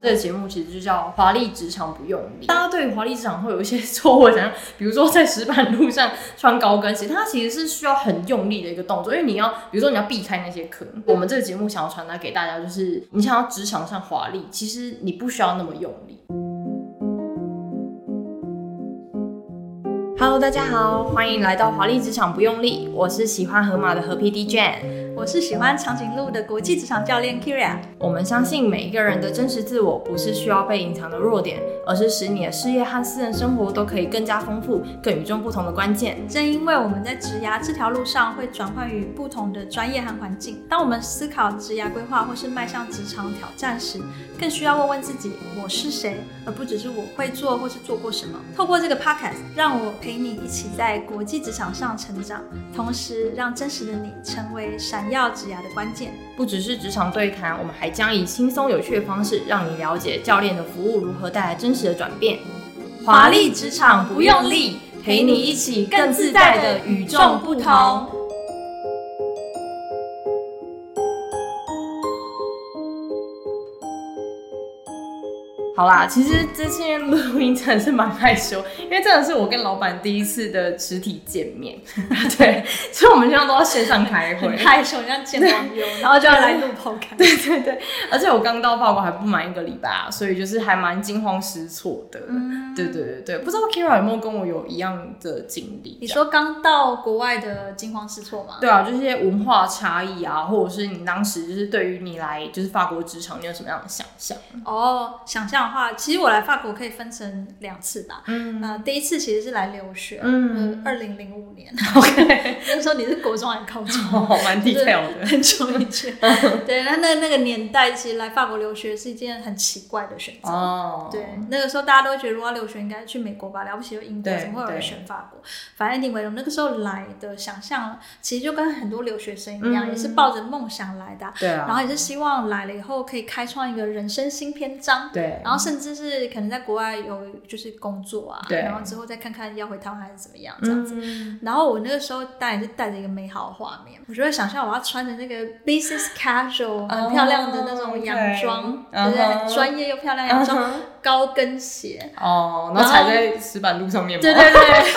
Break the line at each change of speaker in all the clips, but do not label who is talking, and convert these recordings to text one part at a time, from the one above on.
这个节目其实就叫《华丽职场不用力》，大家对于华丽职场会有一些 错误的想象，比如说在石板路上穿高跟鞋，它其实是需要很用力的一个动作，因为你要，比如说你要避开那些坑。我们这个节目想要传达给大家，就是你想要职场上华丽，其实你不需要那么用力。Hello，大家好，欢迎来到《华丽职场不用力》，我是喜欢河马的河 PD Jane。
我是喜欢长颈鹿的国际职场教练 Kira。
我们相信每一个人的真实自我不是需要被隐藏的弱点，而是使你的事业和私人生活都可以更加丰富、更与众不同的关键。
正因为我们在职涯这条路上会转换于不同的专业和环境，当我们思考职涯规划或是迈向职场挑战时，更需要问问自己我是谁，而不只是我会做或是做过什么。透过这个 podcast，让我陪你一起在国际职场上成长，同时让真实的你成为闪耀职涯的关键。
不只是职场对谈，我们还将以轻松有趣的方式，让你了解教练的服务如何带来真实的转变。
华丽职场不用力，陪你一
起
更自在的与众不同。。
好啦，其实之前录音真的是蛮害羞，因为真的是我跟老板第一次的实体见 面，对，所以我们现在都要线上开会，
害羞，像见网 友，然后就要来录 podcast。
对对对，而且我刚到法国还不满一个礼拜、啊，所以就是还蛮惊慌失措的。
嗯
对对对对，不知道 Kira 有没有跟我有一样的经历？
你说刚到国外的惊慌失措吗？
对啊，就是一些文化差异啊，或者是你当时就是对于你来就是法国职场，你有什么样的想象？
哦，想象的话，其实我来法国可以分成两次吧。
嗯
那第一次其实是来留学，
嗯
嗯，二零零五年，
，OK，
那时候你是国中还是高中？
哦，蛮 detail 的。
很久以 前，
嗯
对，那那那个年代，其实来法国留学是一件很奇怪的选择。
哦，
对，那个时候大家都会觉得，如果要留学，应该去美国吧，了不起就英国，
对
怎么会有
对
人选法国？反正 anyway，我那个时候来的想象，其实就跟很多留学生一样，
嗯
也是抱着梦想来的啊、
对
然
啊，
后也是希望来了以后可以开创一个人生新篇章。
对，
然后甚至是可能在国外有就是工作啊，
对
然后之后再看看要回台湾还是怎么样这样子。
嗯，
然后我那个时候当然是带着一个美好的画面，我就会想象我要穿着那个 business casual 很漂亮的那种洋装，
OK，
对不对？
哦嗯哼嗯
很专业又漂亮洋哎装高跟鞋，
哦，然后踩在石板路上面吗？
对对对，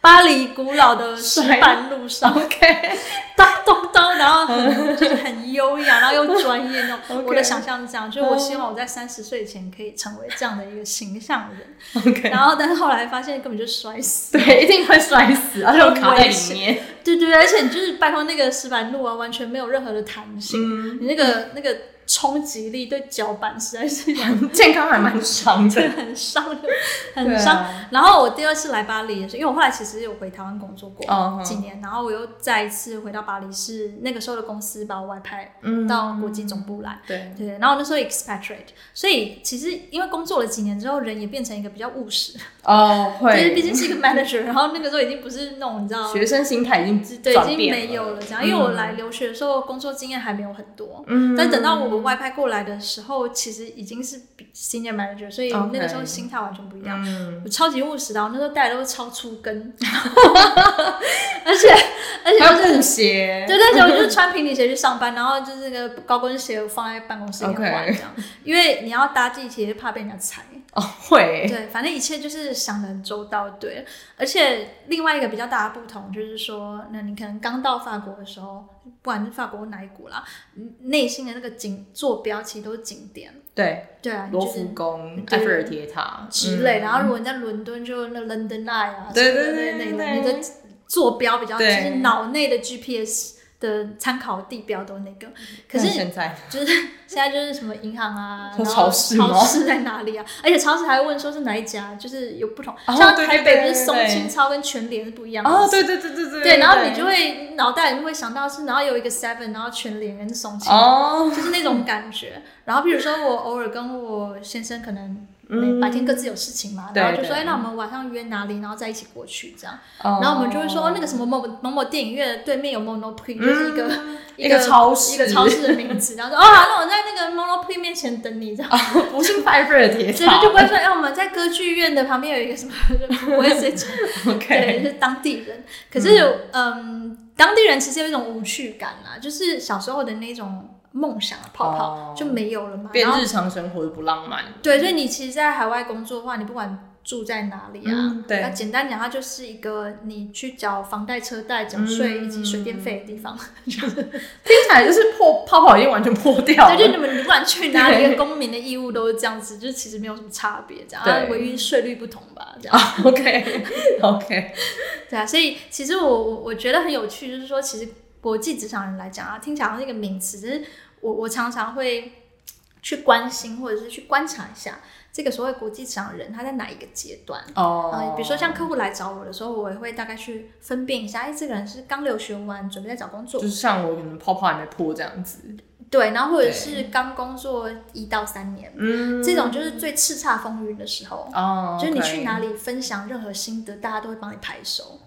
巴黎古老的石板路上，
，OK， 嗯
咚咚咚，然后很就是很优雅，然后又专业那种。
OK 嗯
我的想象是这样，就是我希望我在三十岁前可以成为这样的一个形象人。
OK
然后，但是后来发现根本就摔死。
对，一定会摔死，啊而且我卡在里面。
对对，对而且你就是拜托那个石板路啊，完全没有任何的弹性，
嗯，
你那个那个冲击力对脚板实在是
健康还蛮伤的，
很伤，
对
很
啊
伤。然后我第二次来巴黎也是，因为我后来其实有回台湾工作过
哦
几年，然后我又再一次回到巴黎，是那个时候的公司把我外派
嗯
到国际总部来。
对，
对，然后那时候 expatriate，所以其实因为工作了几年之后，人也变成一个比较务实，
哦，
其实毕
会，
竟是一个 manager，然后那个时候已经不是那种你知道，
学生心态已经
对，
转
已经
变
没有
了，
了这样。因为我来留学的时候，工作经验还没有很多，
嗯
但等到我们外派过来的时候，其实已经是比 senior manager，所以那个时候
OK
心态完全不一样。
嗯，
我超级务实的，我那时候带的都是超粗跟， 而且而且
还
就
有布
是
鞋，
对对对，我就是穿平底鞋去上班，然后就是那个高跟鞋放在办公室里面
OK
换这样因为你要搭地铁就怕被人家踩。
哦，会，
对，反正一切就是想的很周到，对。而且另外一个比较大的不同就是说，那你可能刚到法国的时候，不管是法国哪一国啦，嗯内心的那个景坐标其实都是景点，
对，
对啊，你
罗
就是
浮宫、
对
埃菲尔铁塔嗯
之类。然后如果你在伦敦，就那 London Eye 啊，
对
什么
对对
那
对
那
对
类的，你的坐标比较就
对
是脑内的 GPS 的参考地标都那个。可
但
是
现在
就是现在就是什么银 行啊，
说
然后
超市吗
超市在哪里啊？而且超市还会问说是哪一家，就是有不同，
哦
像
对对
台
对
北不
对
是松
对
青超跟全联是不一样的。
哦，对对对对对
对，然后你就会脑袋里面会想到是，然后有一个 Seven，然后全联跟松 青，
哦，
就是那种感觉。然后比如说我偶尔跟我先生可能
嗯
白天各自有事情嘛，
对
然后就说
对
哎，那我们晚上约哪里，然后再一起过去这样。
然
然后我们就会说哦，那个什么某某某电影院对面有 Monoprix，就是一个。
嗯一个超市
一个超市的名字，然后说哦，好那我在那个 Monoprix 面前等你，这 样，
哦， 不是埃菲尔铁
所以就
塔
就不会说，哎，我们在歌剧院的旁边有一个什么，不会 谁讲，对，
，OK，
就是当地人。嗯啊可是，嗯，当地人其实有一种无趣感啦，就是小时候的那种梦想的泡泡、
哦
就没有了嘛。
变
然后
日常生活的不浪漫。
对，所以你其实，在海外工作的话，你不管住在哪里啊，
嗯对
那简单讲，它就是一个你去缴房贷、车贷、缴税
嗯
以及水电费的地方。
听起来就是破泡泡已经完全破掉了。
对，就你们你不管去哪里，
对
跟公民的义务都是这样子，就是其实没有什么差别，这样，
对啊
啊唯一税率不同吧，这样。
OK OK，
对啊，所以其实我我我觉得很有趣，就是说，其实国际职场人来讲啊，听起来好像一个名词，只是我我常常会去关心或者是去观察一下这个所谓国际职场人他在哪一个阶段。啊、
哦，
比如说像客户来找我的时候，我也会大概去分辨一下，哎，这个人是刚留学完，准备在找工作
就，是像我可能泡泡还没破这样子，
对，然后或者
对
是刚工作一到三年，
嗯，
这种就是最叱咤风云的时候，
哦，
就是你去哪
里？
里分享任何心得，大家都会帮你拍手。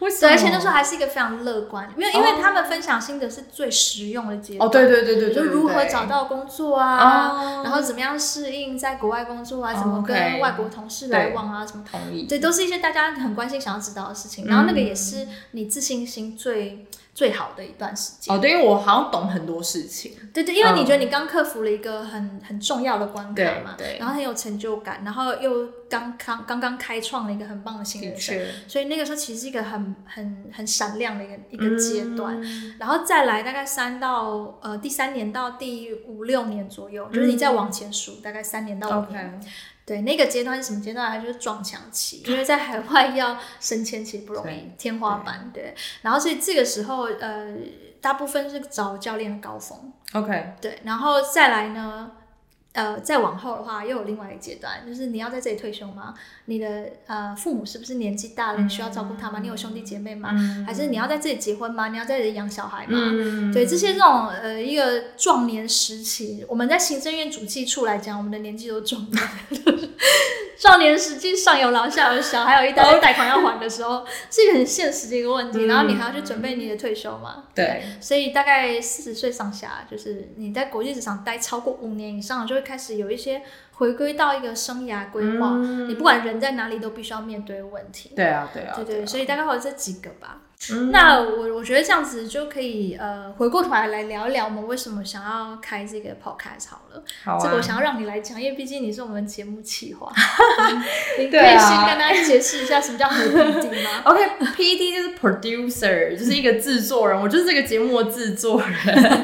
为什
对，
么？
而且那时候还是一个非常乐观，没有，因
哦
为他们分享心得是最实用的阶段。
哦，对对对对对，
就如何
对
找到工作啊，
哦，
然后怎么样适应在国外工作啊，
哦
怎么跟
OK
外国同事来往啊，什么。
同意，
对，都是一些大家很关心、想要知道的事情。
嗯
然后那个也是你自信心最最好的一段时间。
哦，对，因为我好像懂很多事情，
对对，因为
嗯
你觉得你刚克服了一个很很重要的关卡
对
嘛，
对
然后很有成就感，然后又刚刚刚刚开创了一个很棒的新人生，
确，
所以那个时候其实是一个很很很闪亮的一个一个阶段。
嗯
然后再来大概三到呃第三年到第五六年左右，就是你再往前数，大概三年到五年。
嗯，OK，
对，那个阶段是什么阶段？它就是撞墙期，因为在海外要升迁其实不容易
对，
天花板对。然后所以这个时候呃，大部分是找教练的高峰。
OK，
对，然后再来呢，呃，再往后的话，又有另外一个阶段，就是你要在这里退休吗？你的呃父母是不是年纪大了？你需要照顾他吗？你有兄弟姐妹吗？
嗯
还是你要在这里结婚吗？你要在这里养小孩吗？
嗯
对，这些这种呃一个壮年时期，我们在行政院主计处来讲，我们的年纪都 壮年，壮年时期上有老下有小，还有一大
哦
堆贷款要还的时候，是一个很现实的一个问题。然后你还要去准备你的退休嘛？
对，
所以大概四十岁上下，就是你在国际职场待超过五年以上，就会开始有一些回归到一个生涯规划。
嗯
你不管人在哪里，都必须要面对问题。
对啊，对啊，
对对，所以大概会有这几个吧。
嗯
那我我觉得这样子就可以呃，回过头来来聊一聊我们为什么想要开这个 podcast 好了。
好
这个我
啊，
想要让你来讲，因为毕竟你是我们节目 企划，你可
对
以
啊
先跟大家解释一下什么叫合并地 吗？
OK，PD E 就是 producer，就是一个制作人，我就是这个节目的制作人。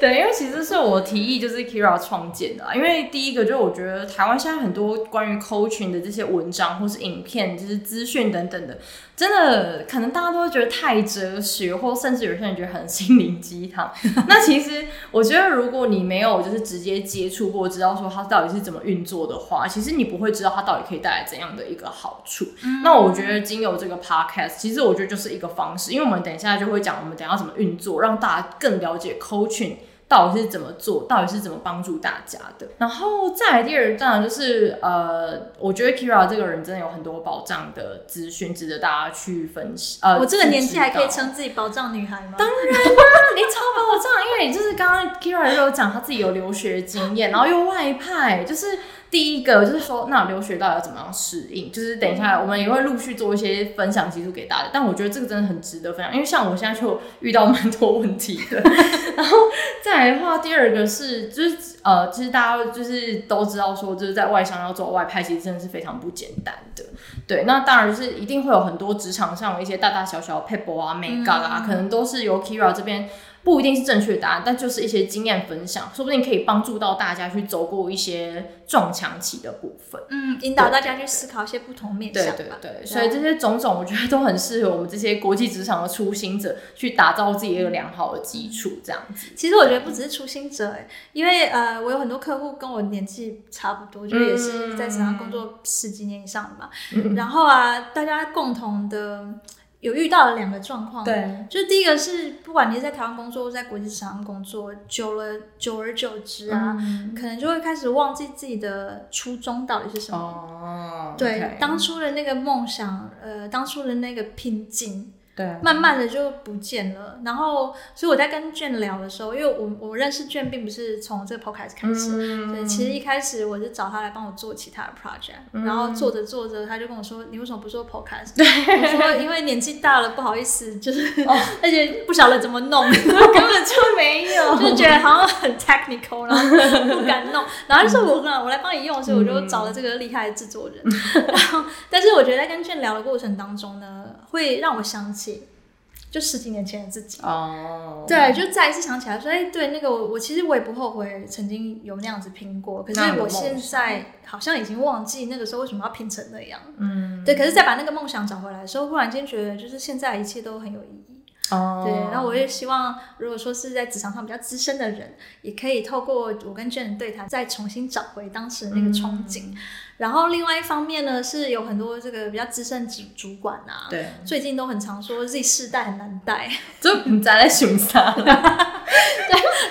对，因为其实是我提议，就是 Kira 创建的啦。啊因为第一个就是我觉得台湾现在很多关于 coaching 的这些文章或是影片，就是资讯等等的，真的可能大家都会觉得太哲学，或甚至有些人觉得很心灵鸡汤。那其实我觉得，如果你没有就是直接接触过，知道说它到底是怎么运作的话，其实你不会知道它到底可以带来怎样的一个好处。
嗯
那我觉得经由这个 podcast，其实我觉得就是一个方式，因为我们等一下就会讲我们等一下怎么运作，让大家更了解 coaching 到底是怎么做，到底是怎么帮助大家的。然后再来第二站就是呃，我觉得 Kira 这个人真的有很多保障的资讯，值得大家去分析。呃，
我这个年纪还可
知
以
道
称自己保障女孩吗？
你超把我胀，因为你就是刚刚 Kira 也有讲他自己有留学经验，然后又外派，就是第一个就是说，那留学到底要怎么样适应？就是等一下我们也会陆续做一些分享技术给大家，但我觉得这个真的很值得分享，因为像我现在就遇到蛮多问题的。然后再来的话，第二个是就是呃，其实大家就是都知道说，就是在外商要做外派，其实真的是非常不简单的。对，那当然就是一定会有很多职场上有一些大大小小的 p e p l e 啊、美感啊，可能都是由 Kira 这边不一定是正确答案，但就是一些经验分享，说不定可以帮助到大家去走过一些撞墙期的部分。
嗯，引导大家去思考一些不同面向
对
吧。
对对，所以这些种种，我觉得都很适合我们这些国际职场的初心者去打造自己一个良好的基础，这样子。
其实我觉得不只是初心者、欸，因为呃，我有很多客户跟我年纪差不多，就是也是在职场工作十几年以上的吧。
嗯
然后啊，大家共同的有遇到了两个状况，，
对，
就是第一个是不管你是在台湾工作，或在国际职场工作，久了久而久之啊，
嗯
可能就会开始忘记自己的初衷到底是什么。
哦，
对
OK
当初的那个梦想，呃，当初的那个拼劲，
对啊，
慢慢的就不见了。然后，所以我在跟卷聊的时候，因为我我认识卷并不是从这个 podcast 开始，
嗯
对，其实一开始我是找他来帮我做其他的 project，、然
嗯
后做着做着他就跟我说：“你为什么不做 podcast？” 我说：“因为年纪大了，不好意思，就是、
哦
而且不晓得怎么弄，
我 根本就没有，
就是觉得好像很 technical，然后不敢 弄。然后就说我来我来帮你用，所以我就找了这个厉害的制作人。
嗯
然后，但是我觉得在跟卷聊的过程当中呢，会让我想起就十几年前的自己。
哦，
对，就再一次想起来说，哎、对，那个我我其实我也不后悔曾经有那样子拼过，可是
那有梦
我现在好像已经忘记那个时候为什么要拼成那样。
嗯，
对，可是再把那个梦想找回来的时候，忽然间觉得就是现在一切都很有意义。
哦，
对，然后我也希望，如果说是在职场上比较资深的人，也可以透过我跟 Jane 的对谈，再重新找回当时的
嗯
那个憧憬。然后另外一方面呢，是有很多这个比较资深主主管啊，
对，
最近都很常说 Z 世代很难带，
就你在来熊杀了，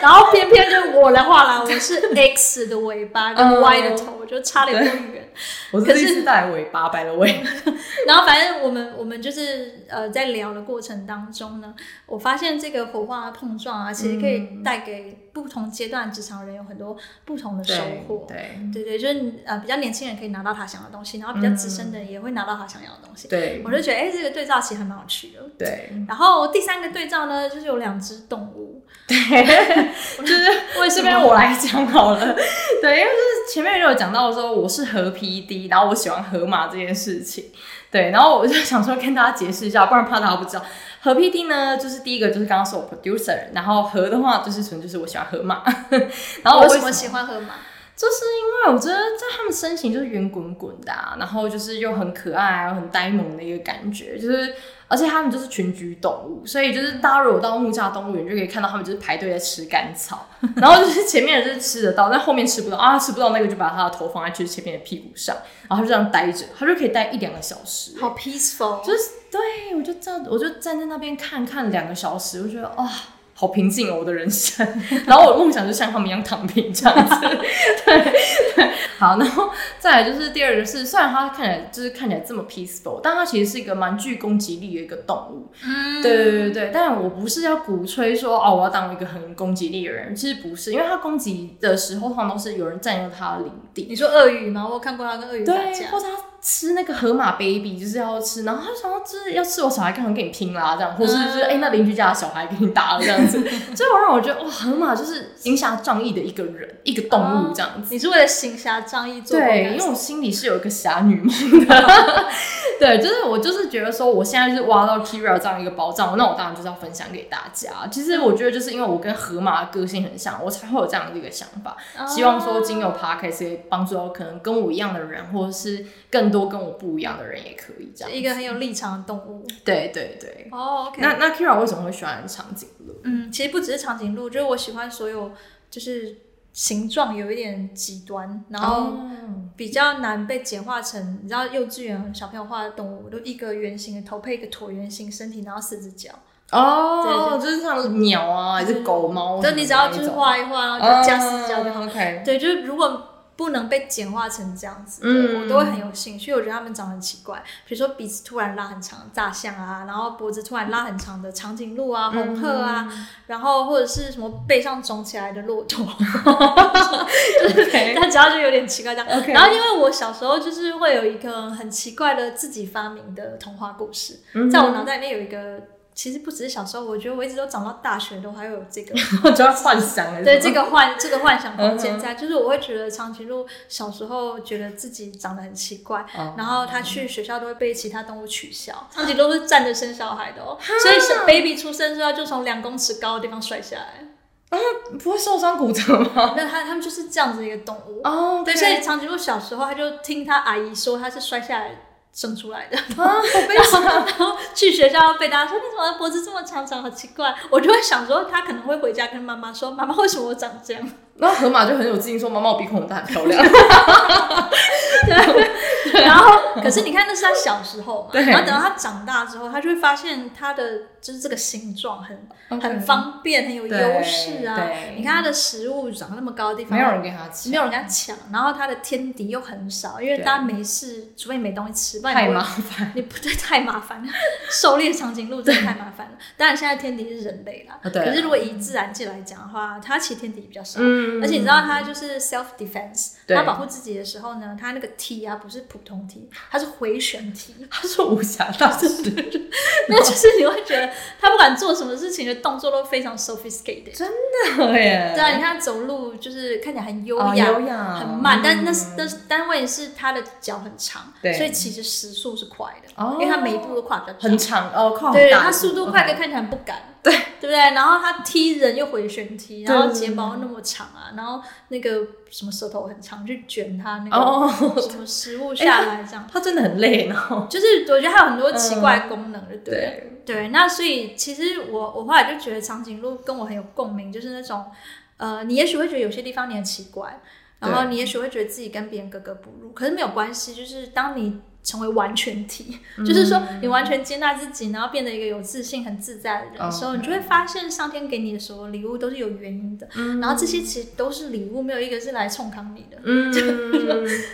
然后偏偏就我的话啦，我是 X 的尾巴跟 Y 的头，
哦
就差了有点远。
我是第一次带尾巴白了尾，
然后反正我们我们就是呃在聊的过程当中呢，我发现这个火花碰撞啊，其实可以带给不同阶段职场人有很多不同的收获。
对
对对，就是你呃比较年轻人可以拿到他想要的东西，然后比较资深的人也会拿到他想要的东西。
对
我就觉得哎、这个对照其实还蛮有趣的。
对
然后第三个对照呢，就是有两只动物，
对，就是为这边我来讲好了， 对，因为就是前面也有讲到说我是河 PD，然后我喜欢河马这件事情，对，然后我就想说跟大家解释一下，不然怕大家不知道。河 PD 呢，就是第一个就是刚刚说我 producer，然后河的话就是纯就是我喜欢河马， 然后我
为
为
什
什
么
么
喜欢河马？
就是因为我觉得在他们身形就是圆滚滚的、啊，然后就是又很可爱、啊，很呆萌的一个感觉，就是而且他们就是群居动物，所以就是大家如果到木栅动物园就可以看到他们就是排队在吃甘草， 然后就是前面的就是吃得到，但后面吃不到啊，吃不到那个就把他的头放在就是前面的屁股上，然后就这样待着，他就可以待一两个小时。
好 peaceful，
就是对哎我就站，我就站在那边看看两个小时，我觉得哇、好平静哦，我的人生。 然后我的梦想就像他们一样躺平这样子。 对对，好，然后再来就是第二个是，虽然它看起来就是看起来这么 peaceful，但它其实是一个蛮具攻击力的一个动物。
嗯
对对对对，但我不是要鼓吹说哦，我要当一个很攻击力的人，其实不是，因为它攻击的时候通常都是有人占用它的领地。
你说鳄鱼吗？我有看过他跟鳄鱼打
对，
架。
或者他吃那个河马 baby 就是要吃，然后他就想要就是要吃我小孩，干嘛跟你拼啦这样，或是就是哎、那邻居家的小孩给你打了这样 子，所以我让我觉得哇河马就是行侠仗义的一个人一个动物这样子。
你是为了行侠仗义做
嗯对，因为我心里是有一个侠女梦的， 对，就是我就是觉得说，我现在就是挖到 Kira 这样一个宝藏，那我当然就是要分享给大家。其实我觉得，就是因为我跟河马的个性很像，我才会有这样的一个想法。
哦
希望说经由 podcast 可以帮助到可能跟我一样的人，或者是更多跟我不一样的人也可以这样。
一个很有立场的动物。
对对对。
哦，OK、o
那
k
那 Kira 为什么会喜欢长颈鹿？
嗯，其实不只是长颈鹿，就是我喜欢所有就是形状有一点极端，然
哦
后比较难被简化成，你知道幼稚园小朋友画的动物都一个圆形的头配一个椭圆形身体，然后四只脚，
哦，就是像鸟啊，还是狗猫什么的
就
那种，
你只要就是画一画，然后就加四只脚就好。
哦 OK，
对，就是如果不能被简化成这样子，
嗯
我都会很有兴趣。我觉得他们长得很奇怪，比如说鼻子突然拉很长的大象啊，然后脖子突然拉很长的长颈鹿啊、
嗯
红鹤啊，然后或者是什么背上肿起来的骆驼，
嗯 OK
但只要就有点奇怪这样。
OK，
然后，因为我小时候就是会有一个很奇怪的自己发明的童话故事，
嗯
在我脑袋里面有一个，其实不只是小时候，我觉得我一直都长到大学都还有这 个
我就要幻想了。
对
是
这
吗
个幻这个幻想空间
嗯
在，就是我会觉得长颈鹿小时候觉得自己长得很奇怪，
哦
然后它去学校都会被其他动物取笑。长颈鹿是站着生小孩的哦，所以是 baby 出生之后就从两公尺高的地方摔下来。
不会受伤骨折 吗？
那它它们就是这样子一个动物。
哦，
对，所以长颈鹿小时候它就听它阿姨说它是摔下来。生出来的，
啊，我被
然后去学校被大家说你怎么脖子这么长，长得好奇怪。我就会想说，它可能会回家跟妈妈说，妈妈为什么我长 这样？
然后河马就很有自信说：“妈妈，我鼻孔很大，很漂亮。
然后，可是你看，那是他小时候嘛，
对
然后等到他长大之后，他就会发现他的就是这个形状很
OK
很方便，很有
对
优势啊。
对
你看它的食物长那么高的地方，
没有人给他吃，
没有人家抢，然后它的天敌又很少，因为
对
大家没事，除非你没东西吃，不然
太
你不
麻
会
烦。
你不对，太麻烦了。狩猎长颈鹿真的太麻烦了。当然，现在天敌是人类啦。
啊对啊
可是如果以自然界来讲的话，它其实天敌比较少。
嗯
而且你知道，它就是 self defense，
对
它保护自己的时候呢，它那个踢啊不是普通踢，它是回旋踢。
他是武侠大师，
那就是你会觉得它不管做什么事情的动作都非常 sophisticated。
对耶，
对啊，你看它走路就是看起来很优
哦，
雅，
有氧
很慢，但
嗯
那是但是单位是它的脚很长，
对
所以其实时速是快的，
哦
因为它每一步都跨比较长
很长哦，跨很
对，
大
它速度快，跟看起来很不敢，对对不对？然后它踢人又回旋踢，然后
对
睫毛那么长啊，然后那个什么舌头很长，去卷它那个
哦，
什么食物下来这样。
他真的很累，然后
就是我觉得它有很多奇怪的功能，对不对？
对，
对，那所以其实我我后来就觉得长颈鹿跟我很有共鸣，就是那种呃，你也许会觉得有些地方你很奇怪，然后你也许会觉得自己跟别人格格不入，可是没有关系，就是当你成为完全体， 就是说你完全接纳自己，然后变得一个有自信、很自在的人的时候，你就会发现上天给你的所有礼物都是有原因的，
嗯
然后这些其实都是礼物，没有一个是来冲康你的。
嗯，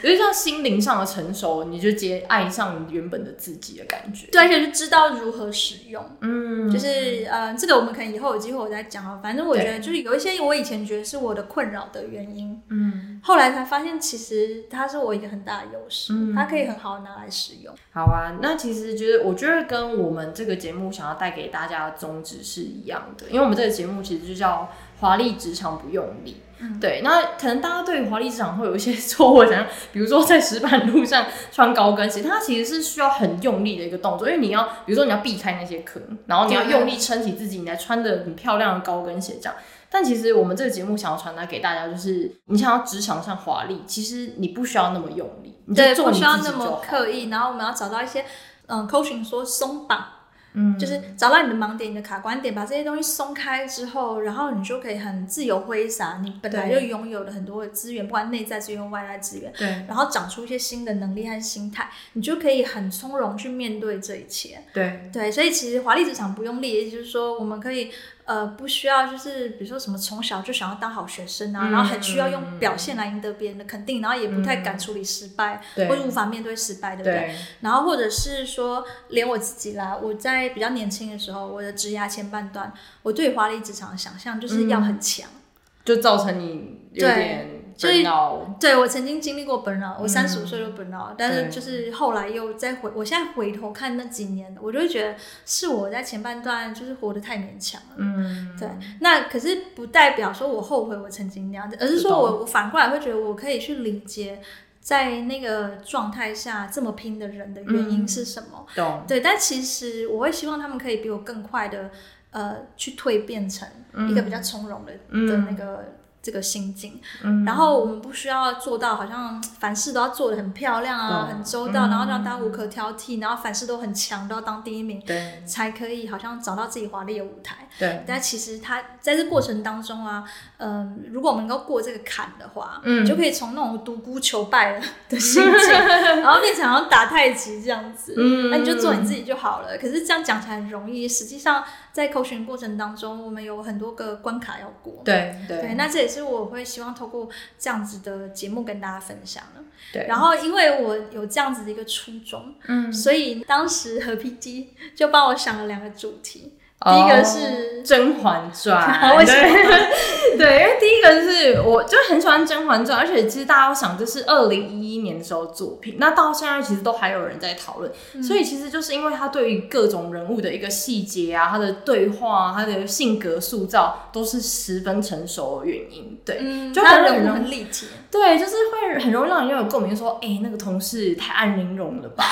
有点像心灵上的成熟，你就直接爱上原本的自己的感觉，
对，而且就知道如何使用，
嗯，
就是呃，这个我们可能以后有机会我再讲啊。反正我觉得就是有一些我以前觉得是我的困扰的原因，
嗯，
后来才发现其实它是我一个很大的优势，
嗯
它可以很好地拿来使用。
好啊。那其实就是我觉得跟我们这个节目想要带给大家的宗旨是一样的，因为我们这个节目其实就叫“华丽职场不用力”。
嗯
对，那可能大家对华丽职场会有一些错误，想比如说在石板路上穿高跟鞋，它其实是需要很用力的一个动作，因为你要，比如说你要避开那些坑，然后你要
对
用力撑起自己，你才穿的很漂亮的高跟鞋这样。但其实我们这个节目想要传达给大家，就是你想要职场上华丽，其实你不需要那么用力，你就
对，
做
不
你
需
自
要
己
那
就好
么。刻意。然后我们要找到一些嗯，coaching 说松绑，
嗯，
就是找到你的盲点、你的卡关点，把这些东西松开之后，然后你就可以很自由挥洒你本来就
对
拥有的很多的资源，不管内在资源、或外在资源。
对
然后长出一些新的能力和心态，你就可以很从容去面对这一切。
对
对，所以其实华丽职场不用力，也就是说我们可以呃不需要就是比如说什么从小就想要当好学生啊，
嗯嗯
然后很需要用表现来赢得别人的肯定，然后也不太敢处理失败，
对
或者无法面对失败，对不对？
对
然后或者是说，连我自己啦，我在比较年轻的时候，我的职涯前半段，我对华丽职场的想象就是
嗯
要很强。
就造成你有
对
点
所以
burnout
对我曾经经历过 burnout，我三十五岁就 burnout，、但是就是后来又再回，我现在回头看那几年，我就会觉得是我在前半段就是活得太勉强了。
嗯，
对，那可是不代表说我后悔我曾经那样子，而是说
懂
我我反过来会觉得我可以去理解，在那个状态下这么拼的人的原因是什么。
懂，
对，但其实我会希望他们可以比我更快的呃去蜕变成一个比较从容的、的那个这个心境。
嗯
然后我们不需要做到好像凡事都要做的很漂亮啊，
懂嗯
很周到，然后让大家无可挑剔，然后凡事都很强，都要当第一名，
对
才可以好像找到自己华丽的舞台。
对，
但其实它在这过程当中啊，嗯、如果我们能够过这个坎的话，
嗯
你就可以从那种独孤求败的心境， 然后变成好像打太极这样子。
嗯
那你就做你自己就好了。可是这样讲起来很容易，实际上在扣选过程当中，我们有很多个关卡要过。
对
对，
对
那这也是我会希望透过这样子的节目跟大家分享的。
对，
然后，因为我有这样子的一个初衷，
嗯
所以当时和 P G 就帮我想了两个主题，
哦
第一个是》，
《甄嬛传
哦 为什么
对？ 对，因为第一个是我就很喜欢《甄嬛传》，而且其实大家要想，这是二零一一年的时候作品，那到现在其实都还有人在讨论，
嗯
所以其实就是因为他对于各种人物的一个细节啊，他的对话、啊，他的性格塑造都是十分成熟的原因，对，
嗯，
就
他
很
人
容
物
易
很立体，
对，就是会很容易让人有共鸣，说，哎、那个同事太安陵容了 吧，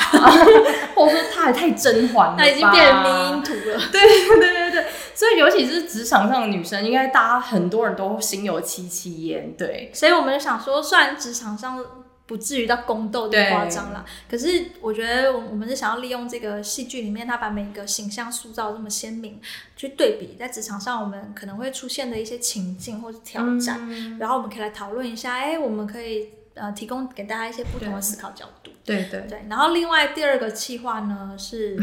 或者说他也太甄嬛了吧，
他已经变成迷因图了。
对对对对，所以尤其是职场上的女生，应该大家很多人都心有戚戚焉，对，
所以我们想说，虽然职场上不至于到宫斗这么
对
夸张啦，可是我觉得我我们是想要利用这个戏剧里面，它把每一个形象塑造得这么鲜明，去对比在职场上我们
嗯
可能会出现的一些情境或是挑战，然后我们可以来讨论一下，哎、我们可以。呃提供给大家一些不同的思考角度。
对对，
对，然后另外第二个计划呢是，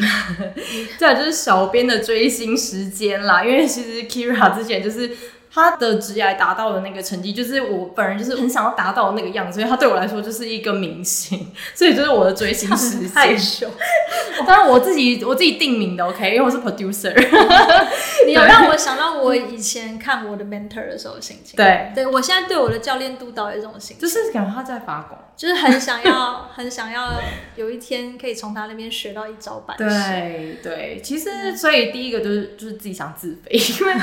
再来就是小编的追星时间啦，因为其实 Kira 之前就是。他的职业达到的那个成绩，就是我本人就是很想要达到的那个样子，所以他对我来说就是一个明星，所以就是我的追星时
害
间。
羞，
当然我自己我自己定名的 OK，因为我是 producer。
你有让我想到我以前看我的 mentor 的时候的心情。
对，
对，我现在对我的教练督导有一种心情，
就是感觉他在发光。
就是很想要， 很想要有一天可以从他那边学到一招半式。
对对，其实所以第一个就是就是自己想自肥，因 为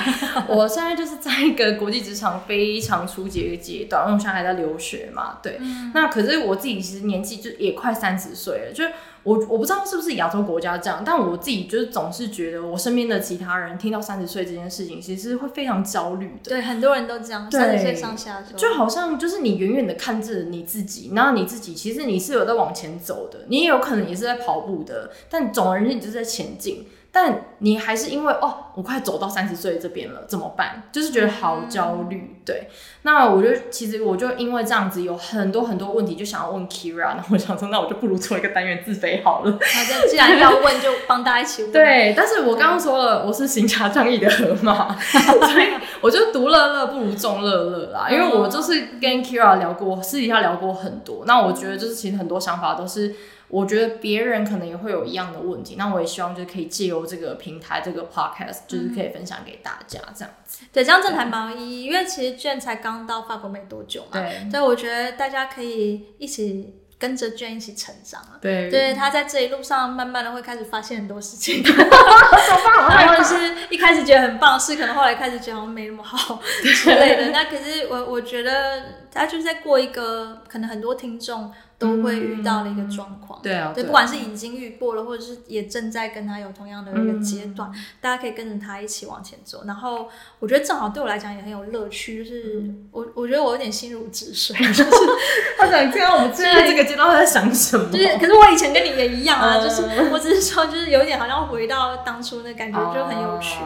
我现在就是在一个国际职场非常初级的一个阶段，因为我现在还在留学嘛，对。那可是我自己其实年纪就也快三十岁了，就是我我不知道是不是亚洲国家这样，但我自己就是总是觉得我身边的其他人听到三十岁这件事情，其实会非常焦虑的。
对，很多人都这样，
对
三十岁上下的时候，
就好像就是你远远的看着你自己，然后你自己其实你是有在往前走的，你也有可能也是在跑步的，但总而言之你就是在前进，但你还是因为哦，我快走到三十岁这边了，怎么办？就是觉得好焦虑。对，那我就其实我就因为这样子有很多很多问题，就想要问 Kira，然后我想说，那我就不如做一个单元自肥好了。
然后就既然要问，就帮大家一起问。，
对，但是我刚刚说了，我是行侠仗义的河 马，所以我就独乐乐不如众乐乐啦。
嗯
因为我就是跟 Kira 聊过，私底下聊过很多。那我觉得就是其实很多想法都是，我觉得别人可能也会有一样的问题。那我也希望就是可以借由这个平台，这个 podcast，就是
嗯
可以分享给大家这样子。
对，这样真的还蛮有意义，因为其实卷才刚到法国没多久嘛，
对
所以我觉得大家可以一起跟着卷一起成长啊。
对
对，他在这一路上慢慢的会开始发现很多事情，
好棒
然后是一开始觉得很棒的事，可能后来开始觉得好像没那么好之类 的。那可是我我觉得他就是在过一个可能很多听众都会遇到的一个状况。
对啊，
对，不管是已经遇过了，或者是也正在跟他有同样的一个阶段，大家可以跟着他一起往前走。然后我觉得正好对我来讲也很有乐趣，就是我我觉得我有点心如止水，就是
他想听到我们现在这个阶段他在想什么？
就是，可是我以前跟你也一样啊，
嗯
就是我只是说，就是有点好像回到当初那感觉，就很有趣。
哦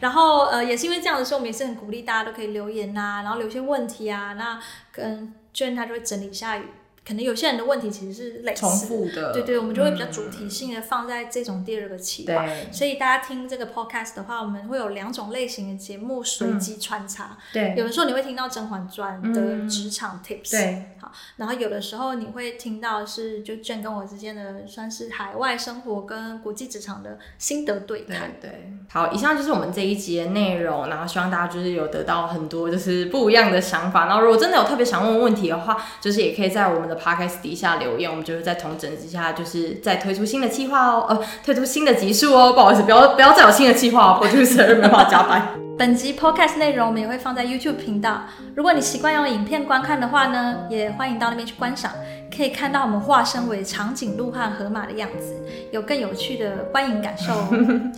然后呃，也是因为这样的时候，我们也是很鼓励大家都可以留言呐、然后留一些问题啊，那跟娟她就会整理一下，可能有些人的问题其实是类
重
似的，
复的，
对对，我们就会比较
嗯
主题性的放在这种第二个企划。
对
所以大家听这个 podcast 的话，我们会有两种类型的节目随
嗯
机穿插。
对
有的时候你会听到《甄嬛传》的职场 tips，、
对。
然后有的时候你会听到是就卷跟我之间的算是海外生活跟国际职场的心得对
对
谈。
对，好，以上就是我们这一集的内容，然后希望大家就是有得到很多就是不一样的想法。然后如果真的有特别想问问题的话，就是也可以在我们的 podcast 底下留言，我们就是在同整之下，就是再推出新的计划哦，呃，推出新的集数哦。不好意思，不要不要再有新的计划哦，producer 没办法加班。
本集 podcast 内容我们也会放在 YouTube 频道，如果你习惯用影片观看的话呢，也欢迎到那边去观赏，可以看到我们化身为长颈鹿和河马的样子，有更有趣的观影感受哦。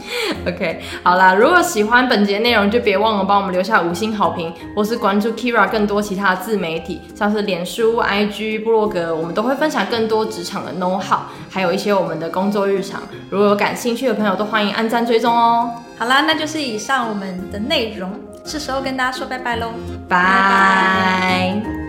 OK，好啦，如果喜欢本节内容，就别忘了帮我们留下五星好评，或是关注 Kira 更多其他的自媒体，像是脸书、IG、部落格，我们都会分享更多职场的 know how，还有一些我们的工作日常。如果有感兴趣的朋友，都欢迎按赞追踪哦。
好啦，那就是以上我们的内容，是时候跟大家说拜拜喽。
拜
拜